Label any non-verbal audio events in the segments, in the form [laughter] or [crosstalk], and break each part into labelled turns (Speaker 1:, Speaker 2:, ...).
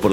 Speaker 1: por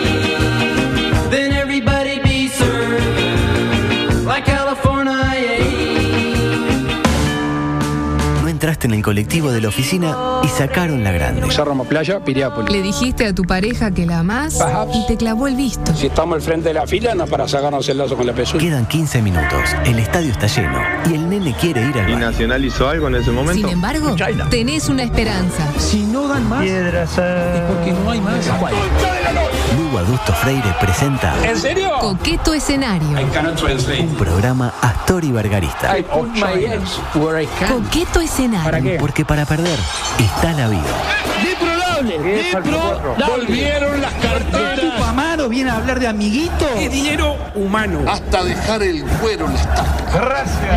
Speaker 2: then everybody be served like California.
Speaker 1: No entraste en el colectivo de la oficina y sacaron la grande.
Speaker 3: Cerro Playa, Piriápolis.
Speaker 4: Le dijiste a tu pareja que la amás
Speaker 3: Perhaps.
Speaker 4: y te clavó el visto.
Speaker 3: Si estamos al frente de la fila, no para sacarnos el lazo con la pezuña.
Speaker 1: Quedan 15 minutos, el estadio está lleno y el nene quiere ir al
Speaker 5: ¿Y
Speaker 1: baño.
Speaker 5: Nacional hizo algo en ese
Speaker 4: Sin
Speaker 5: momento?
Speaker 4: embargo, tenés una esperanza.
Speaker 1: Lugo Adusto Freire presenta
Speaker 3: ¿En serio?
Speaker 4: Coqueto escenario.
Speaker 3: cannot translate.
Speaker 1: un programa Astor y Bargarista.
Speaker 3: I put my eggs where I can.
Speaker 4: Coqueto escenario.
Speaker 1: Porque para perder está la vida.
Speaker 3: Volvieron las carteras.
Speaker 6: Amaro viene a hablar de amiguito.
Speaker 3: Dinero humano.
Speaker 7: hasta dejar el cuero en la estaca.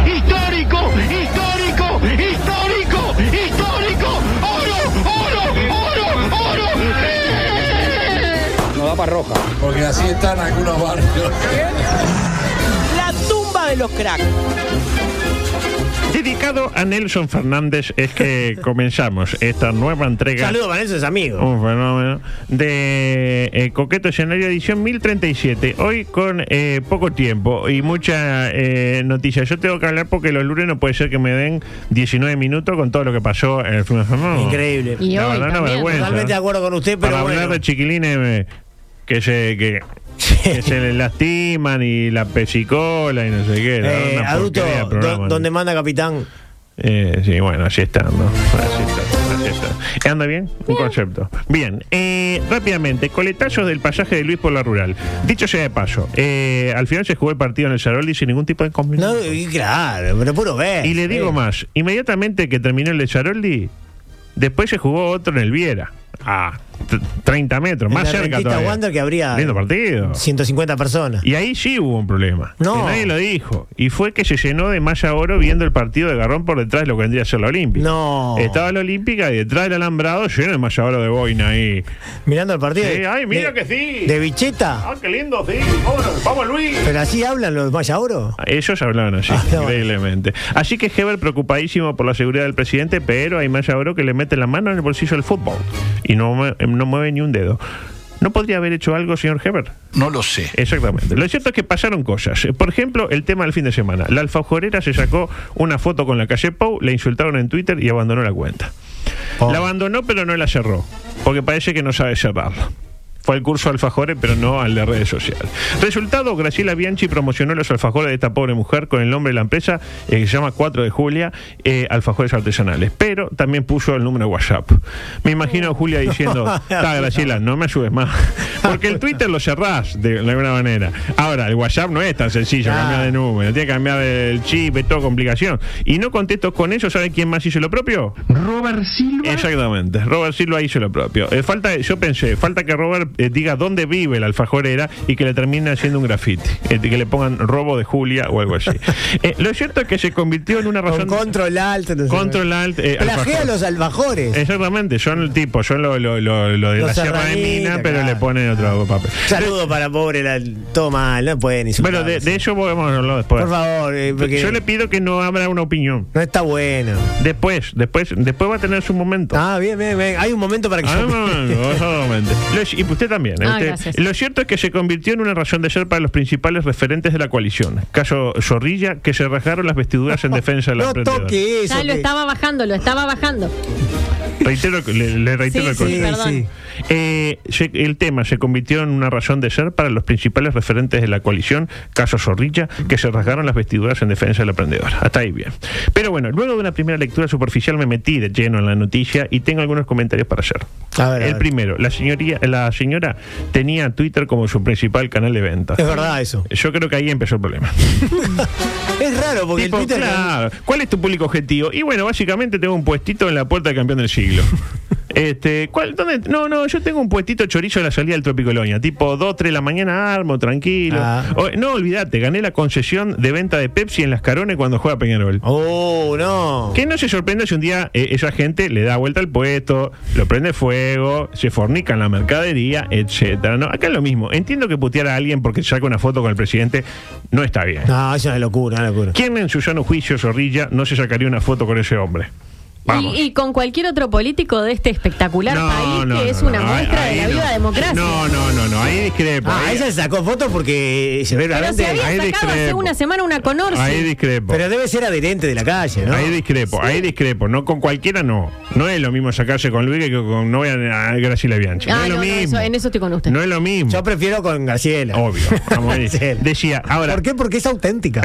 Speaker 7: ¡Histórico! ¡Histórico! ¡Histórico! ¡Histórico! ¡Oro! ¡Oro! ¡Oro! ¡Oro!
Speaker 3: No da para roja.
Speaker 7: Porque así están algunos barrios.
Speaker 6: La tumba de los cracks.
Speaker 8: Dedicado a Nelson Fernández es
Speaker 9: [laughs]
Speaker 8: que comenzamos esta nueva entrega.
Speaker 9: Saludos, Vanessa, es amigo.
Speaker 8: Un fenómeno. De eh, Coqueto Escenario Edición 1037. Hoy con eh, poco tiempo y mucha eh, noticia. Yo tengo que hablar porque los lunes no puede ser que me den 19 minutos con todo lo que pasó en el fin de semana.
Speaker 9: Increíble.
Speaker 4: Y
Speaker 8: La
Speaker 4: hoy
Speaker 8: verdad, una
Speaker 4: también.
Speaker 8: vergüenza.
Speaker 9: Totalmente de acuerdo con usted, pero
Speaker 8: Para hablar
Speaker 9: bueno.
Speaker 8: de chiquilines eh, que se... Que, que se les lastiman y la pesicola y no sé qué. la verdad,
Speaker 9: Eh,
Speaker 8: una
Speaker 9: adulto,
Speaker 8: porquería de
Speaker 9: do-
Speaker 8: programa.
Speaker 9: donde manda capitán.
Speaker 8: Eh, sí, bueno, así está, ¿no? Así está, así está. ¿Eh, ¿Anda bien? Un concepto. Bien, eh, rápidamente, coletazos del pasaje de Luis por la rural. Dicho sea de paso, eh, al final se jugó el partido en el Saroli sin ningún tipo de
Speaker 9: No, eh,
Speaker 8: inconveniente.
Speaker 9: y claro, pero puro ver.
Speaker 8: y le digo más, inmediatamente que terminó el de Saroli, después se jugó otro en el Viera, a t- 30 metros,
Speaker 9: En
Speaker 8: más
Speaker 9: la
Speaker 8: cerca
Speaker 9: Rentista
Speaker 8: todavía.
Speaker 9: Wander que habría-
Speaker 8: Lindo partido.
Speaker 9: 150 personas.
Speaker 8: Y ahí sí hubo un problema.
Speaker 9: No.
Speaker 8: Que nadie lo dijo. Y fue que se llenó de malla oro viendo el partido de Garrón por detrás de lo que vendría a ser la Olímpica.
Speaker 9: No.
Speaker 8: Estaba la Olímpica y detrás del alambrado lleno de malla oro de boina ahí.
Speaker 9: Mirando el partido.
Speaker 8: Sí,
Speaker 9: de-
Speaker 8: ay, mira
Speaker 9: de-
Speaker 8: que sí.
Speaker 9: De bicheta.
Speaker 8: ¡Ah, qué lindo! Sí, oro. ¡Vamos, Luis!
Speaker 9: Pero así hablan los Maya Oro.
Speaker 8: Ellos hablaban así,
Speaker 9: Ah, no.
Speaker 8: increíblemente. Así que Heber preocupadísimo por la seguridad del presidente, pero hay Maya Oro que le mete la mano en el bolsillo del fútbol y no, mue- no mueve ni un dedo. ¿No podría haber hecho algo, señor Heber?
Speaker 7: No lo sé.
Speaker 8: Exactamente. Lo cierto es que pasaron cosas. Por ejemplo, el tema del fin de semana. La alfajorera se sacó una foto con la calle Pou, la insultaron en Twitter y abandonó la cuenta.
Speaker 9: Oh.
Speaker 8: La abandonó, pero no la cerró, porque parece que no sabe cerrarla. Fue al curso Alfajores, pero no al de redes sociales. Resultado, Graciela Bianchi promocionó los alfajores de esta pobre mujer con el nombre de la empresa, eh, que se llama 4 de Julia, eh, Alfajores Artesanales. Pero también puso el número de WhatsApp. Me imagino a Julia diciendo, está Graciela, no me ayudes más. Porque el Twitter lo cerrás de, de alguna manera. Ahora, el WhatsApp no es tan sencillo,
Speaker 9: Ah.
Speaker 8: cambiar de número, tiene que cambiar el chip, es todo complicación. Y no contesto con eso, ¿sabe quién más hizo lo propio? Exactamente. Robert Silva hizo lo propio. Eh, falta, yo pensé, falta que Robert eh, diga dónde vive la alfajorera y que le termine haciendo un grafiti. Eh, que le pongan robo de Julia o
Speaker 9: [laughs]
Speaker 8: algo así. Eh, lo cierto es que se convirtió en una razón.
Speaker 9: Con control alt. no sé.
Speaker 8: Control alt, eh,
Speaker 9: Plagea a
Speaker 8: alfajor.
Speaker 9: los albajores.
Speaker 8: Exactamente, son el tipo, son lo, lo, lo, lo de
Speaker 9: Los
Speaker 8: la sierra de
Speaker 9: serranitos,
Speaker 8: mina, pero
Speaker 9: claro.
Speaker 8: le ponen otro papel.
Speaker 9: Saludo para pobre, la, todo mal, no pueden insultar.
Speaker 8: Bueno, de, de eso podemos hablar después.
Speaker 9: Por favor, eh, porque
Speaker 8: Yo le pido que no abra una opinión.
Speaker 9: no está bueno.
Speaker 8: Después, después, después va a tener su momento.
Speaker 9: Ah, bien, bien, bien. Hay un momento para que
Speaker 8: Ah,
Speaker 9: yo...
Speaker 8: no, no,
Speaker 9: [laughs]
Speaker 8: no, exactamente. Lo ci- y usted también. ¿eh?
Speaker 4: Ah,
Speaker 8: Usted-
Speaker 4: gracias.
Speaker 8: lo cierto es que se convirtió en una razón de ser para los principales referentes de la coalición. Caso Zorrilla, que se rasgaron las vestiduras
Speaker 9: [laughs]
Speaker 8: en defensa de la
Speaker 9: no
Speaker 8: emprendedora.
Speaker 9: toque eso.
Speaker 10: Ya Ah, lo
Speaker 9: que-
Speaker 10: estaba bajando, lo estaba bajando.
Speaker 8: Reitero, que- le, le reitero
Speaker 10: Sí,
Speaker 8: el
Speaker 10: sí,
Speaker 8: consejo.
Speaker 10: perdón.
Speaker 8: Eh, se- el tema se convirtió en una razón de ser para los principales referentes de la coalición, caso Zorrilla, que se rasgaron las vestiduras en defensa de la emprendedora. Hasta ahí bien. Pero bueno, luego de una primera lectura superficial me metí de lleno en la noticia y tengo algunos comentarios para hacer.
Speaker 9: A ver, a
Speaker 8: el
Speaker 9: ver.
Speaker 8: primero, la, señoría, la señora tenía Twitter como su principal canal de venta.
Speaker 9: Es verdad eso.
Speaker 8: Yo creo que ahí empezó el problema.
Speaker 9: Es raro porque
Speaker 8: Tipo,
Speaker 9: el Twitter... [laughs]
Speaker 8: claro, ¿Cuál es tu público objetivo? Y bueno, básicamente tengo un puestito en la puerta del campeón del siglo. Este, ¿cuál, dónde? No, no, yo tengo un puestito chorizo en la salida del Tropicolonia. Tipo 2, 3 de la mañana, armo, tranquilo.
Speaker 9: Ah.
Speaker 8: O- no, olvídate, gané la concesión de venta de Pepsi en las Carones cuando juega Peñarol.
Speaker 9: Oh, no.
Speaker 8: Que no se sorprenda si un día eh, esa gente le da vuelta al puesto, lo prende fuego, se fornica en la mercadería, etcétera. ¿no? Acá es lo mismo. Entiendo que putear a alguien porque saca una foto con el presidente no está bien.
Speaker 9: No, es una locura, una locura.
Speaker 8: ¿Quién en su sano juicio, Zorrilla, no se sacaría una foto con ese hombre? Vamos.
Speaker 10: Y, y con cualquier otro político de este espectacular país que es una
Speaker 8: no,
Speaker 10: muestra
Speaker 8: ahí
Speaker 10: de la
Speaker 8: no.
Speaker 10: viva democracia.
Speaker 8: No, no, no, no, ahí discrepo.
Speaker 9: Ah,
Speaker 8: ahí,
Speaker 9: esa se sacó fotos porque se ve
Speaker 10: Pero se
Speaker 9: realmente.
Speaker 10: había
Speaker 8: ahí
Speaker 10: sacado hace
Speaker 8: discrepo.
Speaker 10: una semana una con Orsi.
Speaker 8: ahí discrepo.
Speaker 9: Pero debe ser adherente de la calle, ¿no?
Speaker 8: Ahí discrepo, ahí discrepo. No con cualquiera, no. No es lo mismo sacarse con Luis que con novia a Graciela Bianchi.
Speaker 10: Ah,
Speaker 8: no es lo
Speaker 10: no, no,
Speaker 8: mismo.
Speaker 10: eso- en eso estoy con usted.
Speaker 8: No es lo mismo.
Speaker 9: este- Yo prefiero con Graciela.
Speaker 8: Obvio.
Speaker 9: [laughs]
Speaker 8: Vamos a ver.
Speaker 9: Graciela.
Speaker 8: Decía, ahora. Ah,
Speaker 9: ¿Por qué? Porque es auténtica.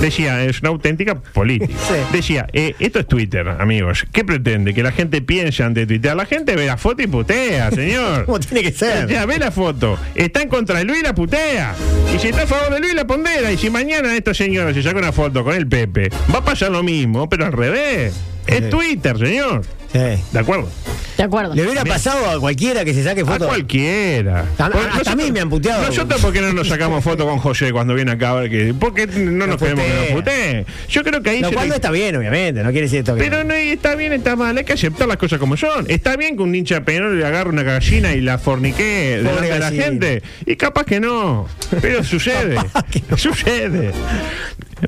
Speaker 8: Decía, es una auténtica política.
Speaker 9: Sí.
Speaker 8: Decía, eh, esto es Twitter, amigos. ¿Qué pretende? Que la gente piense antes de tuitear. La gente ve la foto y putea, señor.
Speaker 9: [laughs] Como tiene que
Speaker 8: Ya,
Speaker 9: ser.
Speaker 8: Ya, ve la foto. Está en contra de Luis, la putea. Y si está a favor de Luis, la pondera. Y si mañana esta señora se saca una foto con el Pepe, va a pasar lo mismo, pero al revés. Es
Speaker 9: Sí.
Speaker 8: Twitter, señor.
Speaker 9: Sí.
Speaker 8: ¿De acuerdo?
Speaker 10: De acuerdo.
Speaker 9: Le hubiera pasado a cualquiera que se saque
Speaker 8: A
Speaker 9: fotos.
Speaker 8: cualquiera.
Speaker 9: A- a-
Speaker 8: Por-
Speaker 9: hasta a mí me han puteado.
Speaker 8: Nosotros, ¿por qué no nos sacamos foto con José cuando viene acá? Porque, ¿Por qué no nos
Speaker 9: putea.
Speaker 8: queremos que nos puteen? Yo creo que ahí
Speaker 9: Lo
Speaker 8: se
Speaker 9: cual
Speaker 8: le-
Speaker 9: no está bien, obviamente. No quiere decir esto que.
Speaker 8: Pero no y está bien, está mal, hay que aceptar las cosas como son. Está bien que un hincha de Peñarol le agarre una gallina y la fornique delante de la
Speaker 9: gallina.
Speaker 8: gente. Y capaz que no.
Speaker 9: [laughs]
Speaker 8: Pero sucede. Sucede.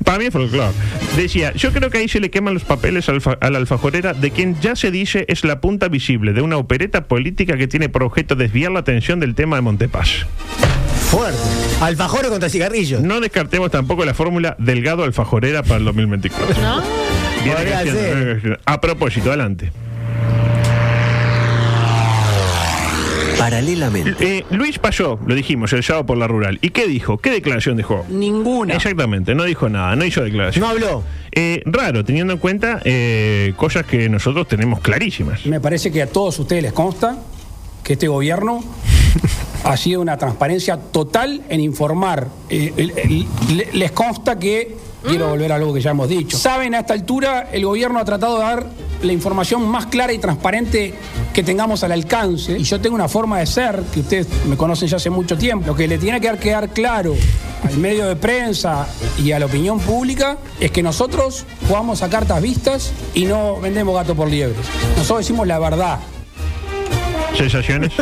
Speaker 8: Para mí es folclore. Decía, yo creo que ahí se le queman los papeles al fa- a la alfajorera de quien ya se dice es la punta visible de una opereta política que tiene por objeto desviar la atención del tema de Montepaz.
Speaker 9: Fuerte. Alfajores contra cigarrillos.
Speaker 8: No descartemos tampoco la fórmula delgado alfajorera para el 2024.
Speaker 10: ¿No?
Speaker 9: Podría
Speaker 8: Viene creciendo,
Speaker 9: ser.
Speaker 8: viene creciendo. eh, A propósito, adelante.
Speaker 1: Paralelamente.
Speaker 8: Eh, Luis pasó, lo dijimos, el sábado por la rural. ¿Y qué dijo? ¿Qué declaración dejó?
Speaker 6: Ninguna.
Speaker 8: Exactamente, no dijo nada, no hizo declaración.
Speaker 9: No habló.
Speaker 8: Eh, raro, teniendo en cuenta eh, cosas que nosotros
Speaker 9: [laughs]
Speaker 8: tenemos clarísimas.
Speaker 3: Me parece que a todos ustedes les consta que este gobierno ha sido una transparencia total en informar. Eh, el- el- le- les consta que, quiero volver a algo que ya hemos dicho, saben a esta altura el gobierno ha tratado de dar la información más clara y transparente que tengamos al alcance. Y yo tengo una forma de ser, que ustedes me conocen ya hace mucho tiempo, lo que le tiene que dar- quedar claro al medio de prensa y a la opinión pública es que nosotros jugamos a cartas vistas y no vendemos gato por liebres. Nosotros decimos la verdad.
Speaker 8: ¿Sensaciones?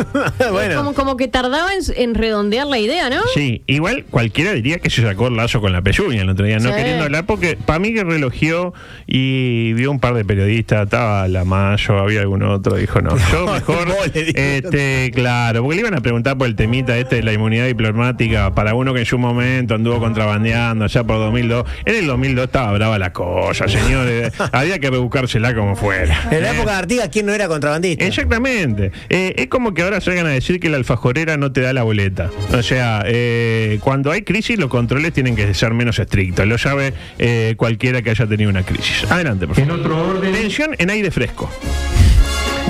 Speaker 10: Como, como que tardaba en, en redondear la idea, ¿no?
Speaker 8: Sí, igual cualquiera diría que se sacó el lazo con la pezuña el otro día, no
Speaker 10: Sí.
Speaker 8: queriendo hablar, porque para mí que relogió y vio un par de periodistas, estaba la Mayo, había algún otro, dijo no. Yo mejor,
Speaker 9: vos le dijo.
Speaker 8: este, claro, porque le iban a preguntar por el temita este de la inmunidad diplomática para uno que en su momento anduvo contrabandeando allá por 2002. En el 2002 estaba brava la cosa, señores, [laughs] había que rebuscársela como fuera.
Speaker 9: En la
Speaker 8: Eh,
Speaker 9: época de Artigas, ¿quién no era contrabandista?
Speaker 8: Exactamente. Eh, es como que ahora salgan a decir que la alfajorera no te da la boleta. O sea, eh, cuando hay crisis, los controles tienen que ser menos estrictos. Lo sabe eh, cualquiera que haya tenido una crisis. Adelante, por favor. En otro orden. Tensión en aire fresco.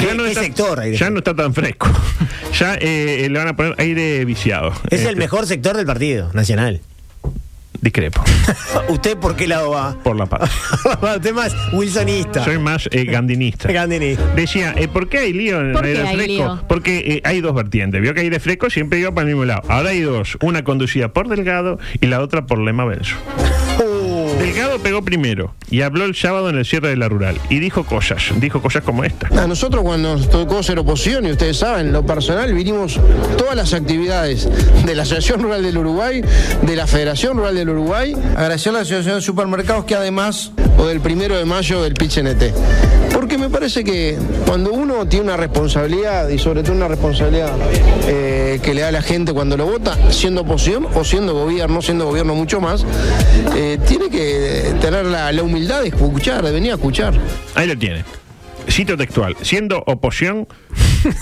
Speaker 9: ¿Qué- qué sector aire
Speaker 8: ya
Speaker 9: fresco?
Speaker 8: no está tan fresco. [laughs] Ya eh, le van a poner aire viciado.
Speaker 9: Es
Speaker 8: Este,
Speaker 9: el mejor sector del partido
Speaker 1: [laughs]
Speaker 9: nacional.
Speaker 8: Discrepo.
Speaker 9: ¿Usted por qué lado va?
Speaker 8: Por la paz.
Speaker 9: [laughs] Usted más wilsonista.
Speaker 8: Soy más eh, gandinista.
Speaker 9: Gandinista.
Speaker 8: Decía, eh, ¿por qué hay lío en el
Speaker 10: ¿Por qué
Speaker 8: aire
Speaker 10: hay
Speaker 8: fresco?
Speaker 10: lío?
Speaker 8: Porque eh, hay dos vertientes. Vio que aire fresco siempre iba para el mismo lado. Ahora hay dos. Una conducida por Delgado y la otra por Lema Benzo. Delgado pegó primero y habló el sábado en el cierre de la rural y dijo cosas, dijo cosas como esta.
Speaker 7: A nosotros cuando nos tocó ser oposición, y ustedes saben, lo personal, vinimos todas las actividades de la Asociación Rural del Uruguay, de la Federación Rural del Uruguay. Agradecer a la Asociación de Supermercados que además, o del primero de mayo del PICNT. Porque me parece que cuando uno tiene una responsabilidad, y sobre todo una responsabilidad eh, que le da a la gente cuando lo vota, siendo oposición o siendo gobierno, siendo gobierno mucho más, eh, tiene que tener la, la humildad de escuchar, de venir a escuchar.
Speaker 8: Ahí lo tiene. Cito textual. Siendo oposición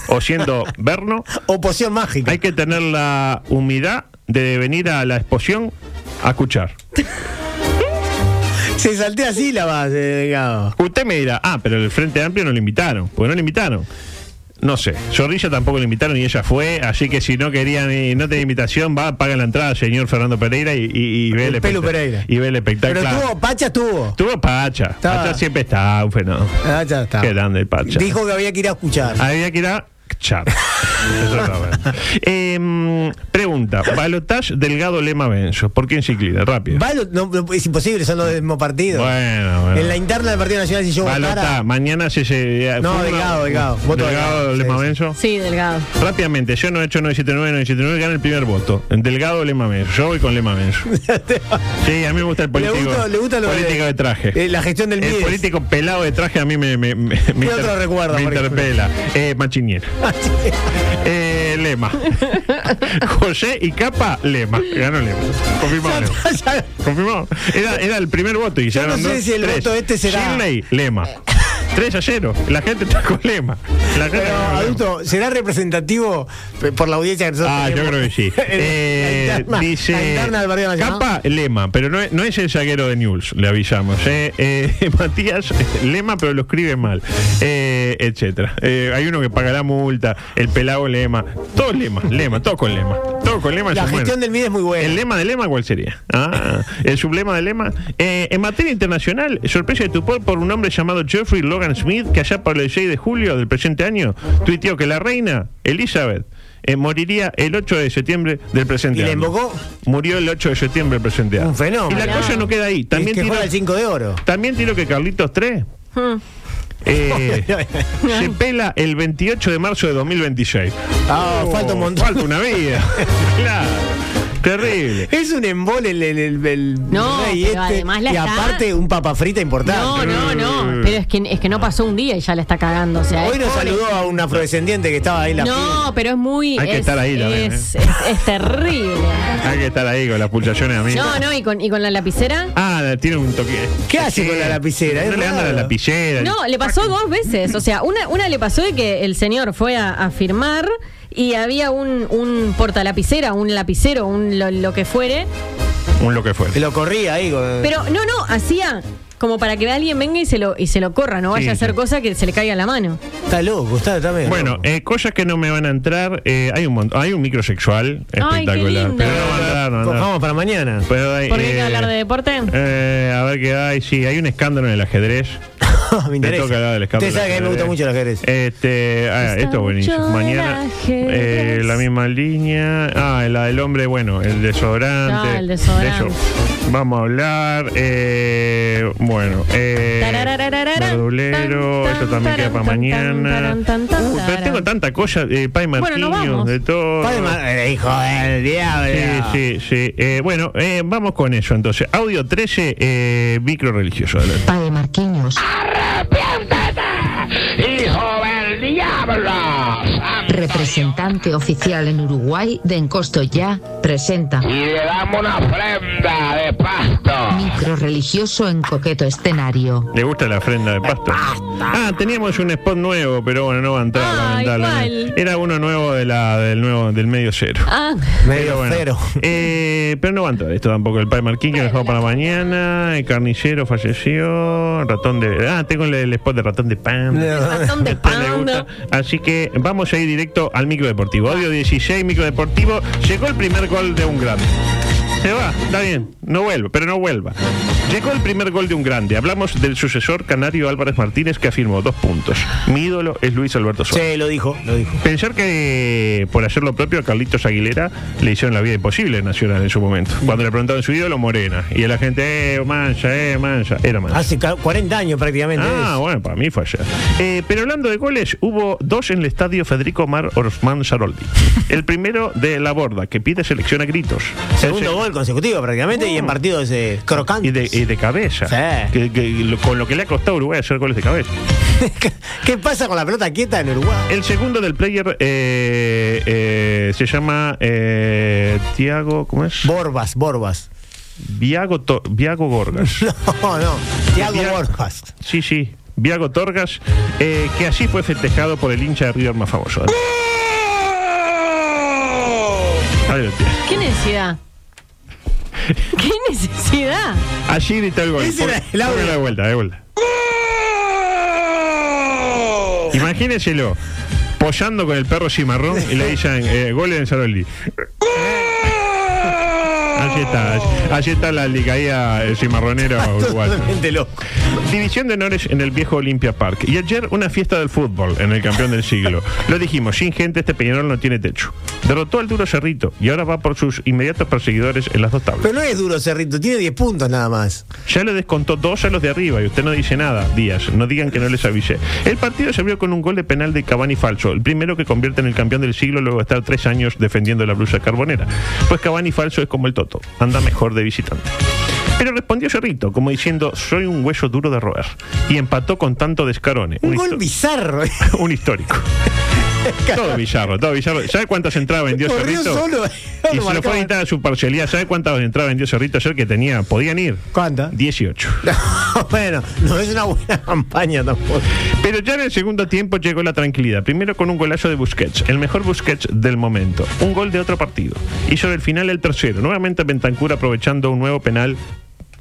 Speaker 8: o siendo verno,
Speaker 9: Oposición mágica.
Speaker 8: hay que tener la humildad de venir a la exposición a escuchar.
Speaker 9: Se saltea sílabas, eh, Delgado.
Speaker 8: Usted me dirá, ah, pero el Frente Amplio no lo invitaron, porque no lo invitaron. No sé. Zorrilla tampoco la invitaron y ella fue. Así que si no querían y no tenía invitación, va, pagan la entrada, señor Fernando Pereira y, y, y ve
Speaker 9: El
Speaker 8: el
Speaker 9: Pelu
Speaker 8: espectá-
Speaker 9: Pereira.
Speaker 8: Y ve el espectáculo.
Speaker 9: Pero tuvo, Pacha tuvo.
Speaker 8: Tuvo Pacha.
Speaker 9: Está.
Speaker 8: Pacha siempre está, un fenómeno.
Speaker 9: Ah, ya está.
Speaker 8: Qué grande el Pacha.
Speaker 9: Dijo que había que ir a escuchar.
Speaker 8: Había que ir a
Speaker 9: [laughs]
Speaker 8: Chap. Eso está bueno. Em, pregunta: Balotage Delgado Lema Benzo. ¿Por qué en ciclina? Rápido.
Speaker 9: Va, lo- no, no, es imposible, son los del mismo partido.
Speaker 8: Bueno, bueno.
Speaker 9: En la interna del Partido Nacional, si yo
Speaker 8: Balotá,
Speaker 9: votara.
Speaker 8: mañana se. se
Speaker 9: No,
Speaker 8: fue una-
Speaker 9: Delgado, Delgado. Voto
Speaker 8: Delgado,
Speaker 9: Delgado, sí,
Speaker 8: Lema
Speaker 9: sí.
Speaker 8: Benzo.
Speaker 10: Sí, Delgado.
Speaker 8: Rápidamente, yo no he hecho 979, 979, gana el primer voto. Delgado Lema Menso. Yo voy con
Speaker 9: [laughs]
Speaker 8: Lema Menso. Sí, a mí me gusta el
Speaker 9: Le
Speaker 8: político.
Speaker 9: gusta, le gusta lo
Speaker 8: político de, traje.
Speaker 9: eh, la gestión del
Speaker 8: el
Speaker 9: Mides.
Speaker 8: político pelado de traje a mí me, me, me, me
Speaker 9: ¿Qué otro recuerdo,
Speaker 8: me
Speaker 9: por ejemplo?
Speaker 8: interpela. Eh,
Speaker 9: [laughs]
Speaker 8: Machinier. Eh, Lema. [laughs] José y Capa, Lema. Ganó Lema. Confirmado. Lema. Confirmado. Era, era el primer voto y se
Speaker 9: Yo no
Speaker 8: ganaron
Speaker 9: sé
Speaker 8: dos,
Speaker 9: si el
Speaker 8: tres.
Speaker 9: voto este será-
Speaker 8: Shirley, Lema. 3 a 0. La gente está con Lema. La gente
Speaker 9: Pero,
Speaker 8: está con Lema.
Speaker 9: adulto, ¿será representativo pe- por la audiencia que nosotros
Speaker 8: Ah, yo
Speaker 9: tenemos?
Speaker 8: creo
Speaker 9: [laughs]
Speaker 8: que sí.
Speaker 9: La
Speaker 8: Eh,
Speaker 9: interna- la
Speaker 8: dice
Speaker 9: interna del Partido Nacional.
Speaker 8: Capa Lema, pero no es, no es el zaguero de News, le avisamos. eh. Eh, [laughs] Matías Lema, pero lo escribe mal, eh, etcétera. Eh, hay uno que pagará multa, el pelado Lema, todo Lema, Lema, todo con Lema, todo con Lema.
Speaker 9: La
Speaker 8: se muere.
Speaker 9: gestión del MIDE es muy buena.
Speaker 8: ¿El lema de lema cuál sería? Ah, el sublema de lema. Eh, en materia internacional, sorpresa de Tupor por un hombre llamado Jeffrey Logan Smith, que allá por el 6 de julio del presente año tuiteó que la reina Elizabeth eh, moriría el 8 de septiembre del presente
Speaker 9: ¿Y la
Speaker 8: año.
Speaker 9: invocó?
Speaker 8: Murió el 8 de septiembre del presente año.
Speaker 9: Un fenómeno.
Speaker 8: Y la cosa no queda ahí. También,
Speaker 9: es que
Speaker 8: tiró,
Speaker 9: juega el Hmm. 5 de oro.
Speaker 8: también tiró que Carlitos 3
Speaker 9: [laughs]
Speaker 8: se pela el 28 de marzo de 2026.
Speaker 9: Ah, falta un montón.
Speaker 8: Oh, Falta una
Speaker 9: [laughs]
Speaker 8: vida. claro. Terrible.
Speaker 9: Es un embole el, el, el- el
Speaker 10: No,
Speaker 9: rey este,
Speaker 10: pero además la
Speaker 9: y
Speaker 10: está-
Speaker 9: aparte un papa frita importante.
Speaker 10: No, no, no. Pero es que, es
Speaker 8: Ah.
Speaker 10: que no pasó un día y ya la está cagando. O sea,
Speaker 9: Hoy
Speaker 10: es
Speaker 9: nos
Speaker 10: pobre.
Speaker 9: saludó a un afrodescendiente que estaba ahí en la
Speaker 10: No, pero es muy.
Speaker 8: Hay que
Speaker 10: es-
Speaker 8: estar ahí también,
Speaker 10: es,
Speaker 8: ¿eh?
Speaker 10: es- es terrible.
Speaker 8: Hay que estar ahí con las pulsaciones a mí.
Speaker 10: No, no, y con, y con la lapicera.
Speaker 8: Ah, tiene un toque.
Speaker 9: ¿Qué hace
Speaker 8: Sí.
Speaker 9: con la lapicera?
Speaker 8: No
Speaker 9: Es
Speaker 8: le anda la
Speaker 9: raro.
Speaker 8: lapicera.
Speaker 10: No, le pasó dos veces. O sea, una, una le pasó de que el señor fue a, a firmar y había un, un portalapicera, un lapicero, un lo, lo que fuere.
Speaker 8: Un lo que fue.
Speaker 9: Que lo corría ahí. con-
Speaker 10: Pero no, no, hacía como para que alguien venga y se lo, y se lo corra, no vaya
Speaker 8: Sí,
Speaker 10: a hacer
Speaker 8: sí.
Speaker 10: cosa que se le caiga en la mano.
Speaker 9: Está loco, está, está medio
Speaker 8: Bueno,
Speaker 9: loco.
Speaker 8: eh, cosas que no me van a entrar. eh, hay un montón, hay un microsexual
Speaker 10: Ay, qué
Speaker 8: espectacular.
Speaker 10: lindo.
Speaker 8: pero no va a entrar, no va a entrar.
Speaker 9: Vamos para [laughs] mañana.
Speaker 8: Pero hay,
Speaker 10: ¿Por qué hay que
Speaker 8: eh,
Speaker 10: hablar de deporte?
Speaker 8: eh, a ver qué hay. Sí, hay un escándalo en el ajedrez.
Speaker 9: me
Speaker 8: Te
Speaker 9: interesa.
Speaker 8: toca hablar del escándalo.
Speaker 9: Usted sabe que a Eh, mí me gusta mucho el ajedrez.
Speaker 8: Este, ah,
Speaker 10: Gusta
Speaker 8: esto es buenísimo.
Speaker 10: mucho
Speaker 8: Mañana,
Speaker 10: el ajedrez.
Speaker 8: eh, la misma línea. Ah, la del hombre, bueno, el desodorante.
Speaker 10: Ah, el desodorante.
Speaker 8: De eso. Vamos a hablar. eh, bueno, eh,
Speaker 10: Tararararara,
Speaker 8: verdulero.
Speaker 10: tan,
Speaker 8: esto
Speaker 10: tan,
Speaker 8: también queda
Speaker 10: taran,
Speaker 8: para
Speaker 10: tan,
Speaker 8: mañana.
Speaker 10: taran, tan, tan,
Speaker 8: Uh, pero
Speaker 10: taran.
Speaker 8: tengo tanta cosa. Eh, Pai
Speaker 10: Bueno, nos
Speaker 8: Martiño,
Speaker 10: vamos.
Speaker 8: de todo.
Speaker 9: Padre Ma- eh, hijo del diablo.
Speaker 8: Sí, sí, sí. Eh, bueno, eh, vamos con eso entonces. Audio 13, eh, micro religioso. Adelante.
Speaker 4: Padre Marquinhos. Representante oficial en Uruguay de Encosto Ya presenta
Speaker 2: Y le damos una ofrenda de pasto.
Speaker 4: micro religioso en coqueto escenario.
Speaker 8: Le gusta la ofrenda de pasto. Ah, teníamos un spot nuevo, pero bueno, no va a entrar,
Speaker 10: Ay,
Speaker 8: lamentablemente.
Speaker 10: ¿cuál?
Speaker 8: Era uno nuevo de la, del nuevo, del medio cero.
Speaker 10: Ah,
Speaker 9: Medio
Speaker 8: bueno,
Speaker 9: cero.
Speaker 8: eh, pero no va a entrar esto tampoco. El Pai Marquín que lo dejó para mañana. El carnicero falleció. Ratón de. Ah, tengo el, el spot de ratón de pan.
Speaker 10: razón de
Speaker 8: Le gusta.
Speaker 10: panda.
Speaker 8: Así que vamos a ir directo al micro deportivo. Audio 16, micro deportivo. Llegó el primer gol de un grande. Se va, está bien, no vuelva, pero no vuelva. Llegó el primer gol de un grande. Hablamos del sucesor canario Álvarez Martínez que afirmó dos puntos. Mi ídolo es Luis Alberto Suárez.
Speaker 9: Sí, lo dijo, lo dijo.
Speaker 8: Pensar que por hacer lo propio a Carlitos Aguilera le hicieron la vida imposible en Nacional en su momento. Cuando le preguntaron su ídolo, Morena. Y la gente, eh, mancha, eh, mancha. Era mancha.
Speaker 9: Hace ca- 40 años prácticamente.
Speaker 8: Ah,
Speaker 9: es.
Speaker 8: bueno, para mí fue ayer. Eh, pero hablando de goles, hubo dos en el estadio Federico Mar
Speaker 9: [laughs]
Speaker 8: Orsman Saroldi. El primero de la borda, que pide selección a gritos.
Speaker 9: Segundo
Speaker 8: El se-
Speaker 9: gol consecutivo prácticamente y en partidos eh,
Speaker 8: Y de,
Speaker 9: crocantes.
Speaker 8: y de cabeza.
Speaker 9: Sí.
Speaker 8: Que- que lo- con lo que le ha costado a Uruguay hacer goles de cabeza.
Speaker 9: ¿Qué pasa con la pelota quieta en Uruguay?
Speaker 8: El segundo del player eh, eh, se llama eh, Tiago, ¿cómo es?
Speaker 9: Borbas, Borbas.
Speaker 8: Viago, To-
Speaker 9: [laughs]
Speaker 8: Viago Gorgas.
Speaker 9: No, no. Tiago
Speaker 8: Tiago-
Speaker 9: Borbas.
Speaker 8: Sí, sí. Viago Torgas, eh, que así fue festejado por el hincha de River más famoso. Ahí lo tiene.
Speaker 10: ¿Qué necesidad? ¿Qué necesidad?
Speaker 8: Allí gritó el gol.
Speaker 9: Ese era el audio.
Speaker 8: Póngalo de vuelta, de vuelta. Imagínenselo. pollando con el perro cimarrón y le dicen eh, goles en Saroldi. Así está, así está la licaía eh, cimarronera
Speaker 9: [laughs]
Speaker 8: uruguaya.
Speaker 9: Totalmente loco.
Speaker 8: División de honores en el viejo Olympia Park. Y ayer una fiesta del fútbol en el campeón del siglo. Lo dijimos, sin gente este Peñarol no tiene techo. Derrotó al duro Cerrito y ahora va por sus inmediatos perseguidores en las dos tablas.
Speaker 9: Pero no es duro Cerrito, tiene 10 puntos nada más.
Speaker 8: Ya le descontó dos a los de arriba y usted no dice nada, Díaz. No digan que no les avisé. El partido se abrió con un gol de penal de Cavani falso, el primero que convierte en el campeón del siglo luego de estar tres años defendiendo la blusa carbonera. Pues Cavani falso es como el Toto, anda mejor de visitante. Pero respondió Cerrito, como diciendo, soy un hueso duro de roer. Y empató con tanto descarone.
Speaker 9: Un
Speaker 8: histo-
Speaker 9: gol bizarro.
Speaker 8: [laughs] un
Speaker 9: [laughs]
Speaker 8: histórico. todo bizarro, todo bizarro. ¿Sabe cuántas entradas vendió
Speaker 9: Corrió
Speaker 8: Cerrito?
Speaker 9: solo. [laughs]
Speaker 8: Y se lo fue a editar a su parcialidad. ¿Sabe cuántas entradas vendió Cerrito ayer que tenía? ¿Podían ir?
Speaker 9: ¿Cuántas?
Speaker 8: 18.
Speaker 9: [laughs] bueno, no es una buena campaña tampoco.
Speaker 8: Pero ya en el segundo tiempo llegó la tranquilidad. Primero con un golazo de Busquets, el mejor Busquets del momento. Un gol de otro partido. Y sobre el final el tercero. Nuevamente Bentancur aprovechando un nuevo penal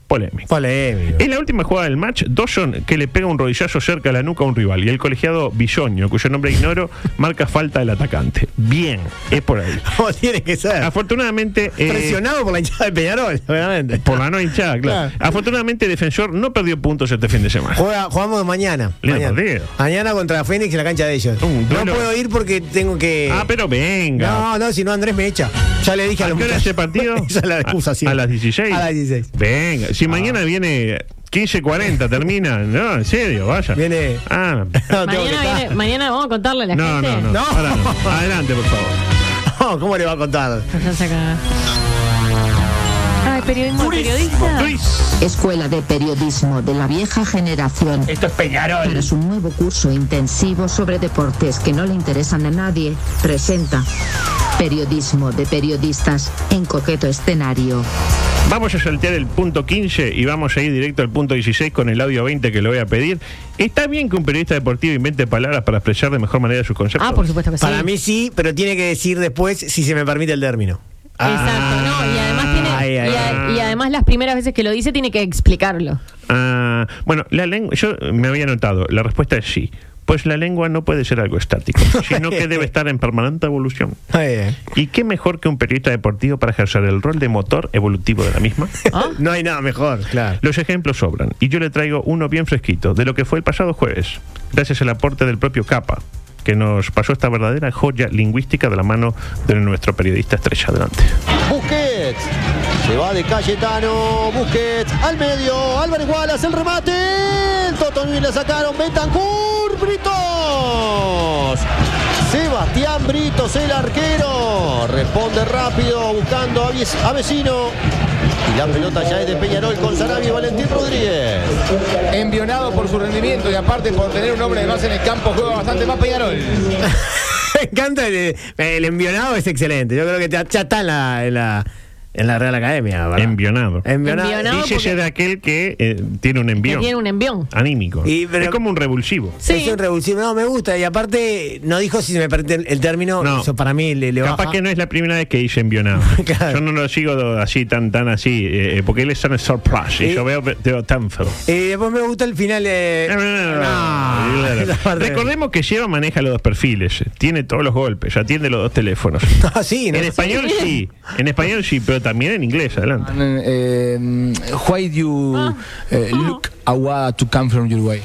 Speaker 8: polémico.
Speaker 9: Polémico.
Speaker 8: En la última jugada del match, Dawson que le pega un rodillazo cerca de la nuca a un rival y el colegiado Bisoño, cuyo
Speaker 9: [laughs]
Speaker 8: nombre ignoro, marca falta del atacante. Bien, es por ahí.
Speaker 9: Como Oh, tiene que ser.
Speaker 8: Afortunadamente... eh,
Speaker 9: Presionado por la hinchada de Peñarol, obviamente.
Speaker 8: por la no hinchada, claro.
Speaker 9: Claro.
Speaker 8: Afortunadamente, Defensor no perdió puntos este fin de semana.
Speaker 9: Juega- jugamos mañana.
Speaker 8: Lindo
Speaker 9: Mañana.
Speaker 8: partido.
Speaker 9: Mañana contra Fénix en la cancha de ellos.
Speaker 8: Un
Speaker 9: No
Speaker 8: duelo.
Speaker 9: puedo ir porque tengo que.
Speaker 10: Eh,
Speaker 8: Ah, pero venga.
Speaker 9: No, no, si no Andrés me echa. Ya le dije a,
Speaker 8: ¿A
Speaker 9: los
Speaker 8: qué hora es
Speaker 9: muchachos.
Speaker 8: el partido?
Speaker 9: [laughs] Esa es la excusa,
Speaker 8: a,
Speaker 9: sí.
Speaker 8: a las 16.
Speaker 9: A las 16.
Speaker 8: Venga,
Speaker 10: Ah.
Speaker 8: si mañana viene 15.40, termina. No, en serio, vaya.
Speaker 9: Viene-
Speaker 8: Ah,
Speaker 9: No, tengo que
Speaker 10: Mañana,
Speaker 9: estar.
Speaker 10: viene- mañana vamos a contarle a la
Speaker 8: no,
Speaker 10: gente.
Speaker 8: no, no,
Speaker 9: No.
Speaker 8: ahora no. Adelante, por favor.
Speaker 9: [laughs] No, ¿Cómo le va a contar?
Speaker 10: Ya se acaba. Ay, periodismo, periodista.
Speaker 8: Luis.
Speaker 4: Escuela de Periodismo de la Vieja Generación.
Speaker 6: Esto es Peñarol.
Speaker 4: Para su nuevo curso intensivo sobre deportes que no le interesan a nadie, presenta Periodismo de Periodistas en coqueto escenario.
Speaker 8: Vamos a saltear el punto 15 y vamos a ir directo al punto 16 con el audio 20 que lo voy a pedir. ¿Está bien que un periodista deportivo invente palabras para expresar de mejor manera sus conceptos?
Speaker 10: Ah, por supuesto que sí.
Speaker 9: Para mí sí, pero tiene que decir después si se me permite el término.
Speaker 10: Exacto, no, y además tiene,
Speaker 9: Ay, ay,
Speaker 10: y, a-
Speaker 8: ay.
Speaker 10: y además las primeras veces que lo dice tiene que explicarlo.
Speaker 8: Ah, bueno, la lengua, yo me había notado, la respuesta es sí. Pues la lengua no puede ser algo
Speaker 9: [laughs]
Speaker 8: estático, sino que debe estar en permanente evolución.
Speaker 9: Muy bien.
Speaker 8: ¿Y qué mejor que un periodista deportivo para ejercer el rol de motor evolutivo de la misma?
Speaker 9: ¿Ah? No hay nada mejor, claro.
Speaker 8: Los ejemplos sobran, y yo le traigo uno bien fresquito de lo que fue el pasado jueves, gracias al aporte del propio Capa, que nos pasó esta verdadera joya lingüística de la mano de nuestro periodista estrella. Adelante.
Speaker 7: Busquets. Se va de Cayetano. Busquets al medio. Álvarez Wallace, el remate. El Toto Núñez la sacaron. Betancur. Britos. Sebastián Britos, el arquero. Responde rápido buscando a Vies- a vecino. Y la pelota ya es de Peñarol con Sarabia y Valentín Rodríguez.
Speaker 5: Envionado por su rendimiento y aparte por tener un hombre de más en el campo, juega bastante más Peñarol.
Speaker 9: Me [laughs] encanta el, el envionado, es excelente. Yo creo que ya, ya está en la, en, la, en la Real Academia. ¿verdad?
Speaker 8: Envionado.
Speaker 9: Envionado.
Speaker 10: Envionado. No,
Speaker 8: Dícese
Speaker 10: porque-
Speaker 8: de aquel que eh, tiene un
Speaker 10: Que
Speaker 8: envío
Speaker 10: tiene un envión.
Speaker 8: anímico.
Speaker 9: Y, pero-
Speaker 8: es como un revulsivo.
Speaker 10: Sí.
Speaker 9: Es un revulsivo. No, me gusta. Y aparte, no dijo si se me permite el, el término.
Speaker 8: No.
Speaker 9: Eso para mí le, le
Speaker 8: Capaz
Speaker 9: baja.
Speaker 8: que no es la primera vez que
Speaker 9: [laughs]
Speaker 8: dice envionado.
Speaker 9: Claro.
Speaker 8: Yo no lo sigo do- así, tan tan así, eh, porque él es tan surprise. Y
Speaker 9: Eh.
Speaker 8: yo veo, veo tan feo.
Speaker 9: Y después me gusta el final de. No, [laughs]
Speaker 8: Claro.
Speaker 9: esa parte-
Speaker 8: Recordemos que Sierra maneja los dos perfiles, tiene todos los golpes, atiende los
Speaker 9: [laughs]
Speaker 8: dos teléfonos.
Speaker 9: Ah, sí, ¿no?
Speaker 8: En español sí, en español sí, pero también en inglés, adelante.
Speaker 5: Eh, why do you eh, look away to come from Uruguay?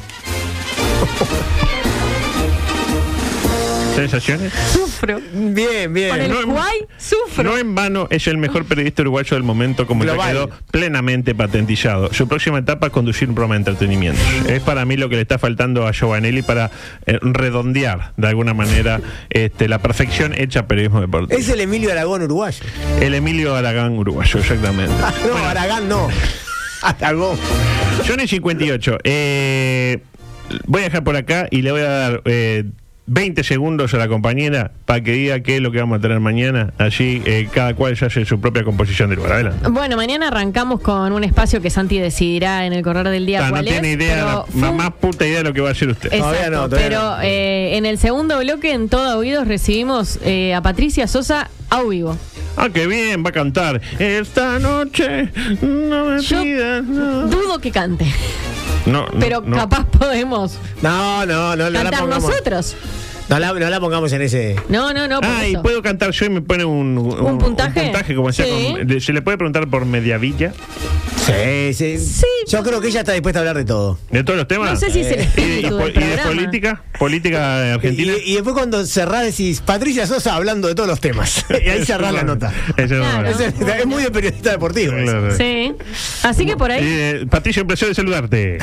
Speaker 8: ¿Sensaciones?
Speaker 10: Sufro.
Speaker 9: Bien,
Speaker 10: Con
Speaker 9: bien.
Speaker 10: el
Speaker 8: no,
Speaker 10: Uruguay sufro.
Speaker 8: No en vano es el mejor periodista uruguayo del momento, como ya
Speaker 9: Global.
Speaker 8: quedó plenamente patentizado. Su próxima etapa es conducir un programa de entretenimiento. Es para mí lo que le está faltando a Giovanelli para eh, redondear de alguna manera este, la perfección hecha periodismo deportivo.
Speaker 9: Es el Emilio Aragón uruguayo.
Speaker 8: El Emilio Aragán uruguayo, exactamente.
Speaker 9: No, Aragán no. Aragón.
Speaker 8: Johnny 58. eh, voy a dejar por acá y le voy a dar eh, 20 segundos a la compañera para que diga qué es lo que vamos a tener mañana. Así eh, cada cual se hace su propia composición del lugar. Adelante.
Speaker 10: Bueno, mañana arrancamos con un espacio que Santi decidirá en el correr del día.
Speaker 8: Ah, no
Speaker 10: cuál
Speaker 8: tiene
Speaker 10: es,
Speaker 8: idea, la,
Speaker 10: pero fue
Speaker 8: la
Speaker 10: un-
Speaker 8: más puta idea de lo que va a hacer usted.
Speaker 10: Exacto,
Speaker 9: Todavía no, todavía
Speaker 10: pero
Speaker 9: no.
Speaker 10: eh, en el segundo bloque, en todo oídos, recibimos eh, a Patricia Sosa a vivo.
Speaker 8: Ah, qué bien, va a cantar. Esta noche no me
Speaker 10: Yo
Speaker 8: pidas. No,
Speaker 10: dudo que cante, [laughs]
Speaker 8: No, no,
Speaker 10: pero
Speaker 8: no.
Speaker 10: capaz podemos
Speaker 9: No, no, no, no la
Speaker 10: cantar
Speaker 9: pongamos.
Speaker 10: nosotros.
Speaker 11: No la, no la pongamos en ese.
Speaker 1: No, no, no. por
Speaker 8: Ah, y
Speaker 1: eso.
Speaker 8: puedo cantar yo y me pone un, un-
Speaker 1: ¿Un puntaje?
Speaker 8: como sea,
Speaker 1: Sí.
Speaker 8: con- le- se le puede preguntar por Mediavilla,
Speaker 11: Sí, sí.
Speaker 1: Sí.
Speaker 11: Yo creo que ella está dispuesta a hablar de todo.
Speaker 8: de todos los temas.
Speaker 1: No sé si es el
Speaker 8: Eh, y, de- y
Speaker 1: espíritu
Speaker 8: po-
Speaker 1: del
Speaker 8: y de
Speaker 1: programa.
Speaker 8: política, política de
Speaker 11: Y,
Speaker 8: Argentina.
Speaker 11: y después cuando cerrás decís, Patricia Sosa hablando de todos los
Speaker 8: [laughs]
Speaker 11: temas. y ahí cerrás la nota.
Speaker 8: Ese no
Speaker 1: Claro.
Speaker 8: vale.
Speaker 11: Es, es muy de periodista deportivo. eso.
Speaker 8: Claro.
Speaker 1: Sí. Así que por ahí.
Speaker 8: Eh, Patricio, un placer
Speaker 1: [laughs]
Speaker 8: de saludarte.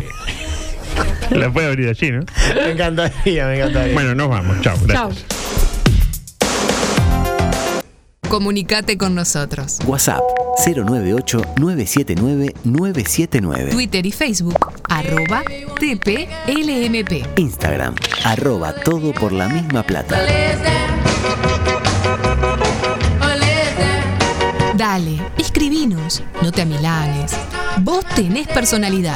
Speaker 8: la puede abrir allí, ¿no?
Speaker 11: Me encantaría, me encantaría.
Speaker 8: Bueno, nos vamos. Chao.
Speaker 1: Chao.
Speaker 8: Gracias.
Speaker 10: Comunicate con nosotros.
Speaker 9: WhatsApp 098-979-979.
Speaker 10: Twitter y Facebook, arroba TPLMP.
Speaker 9: Instagram, arroba todo por la misma plata.
Speaker 10: Dale, escribinos, no te amilanes. Vos tenés personalidad.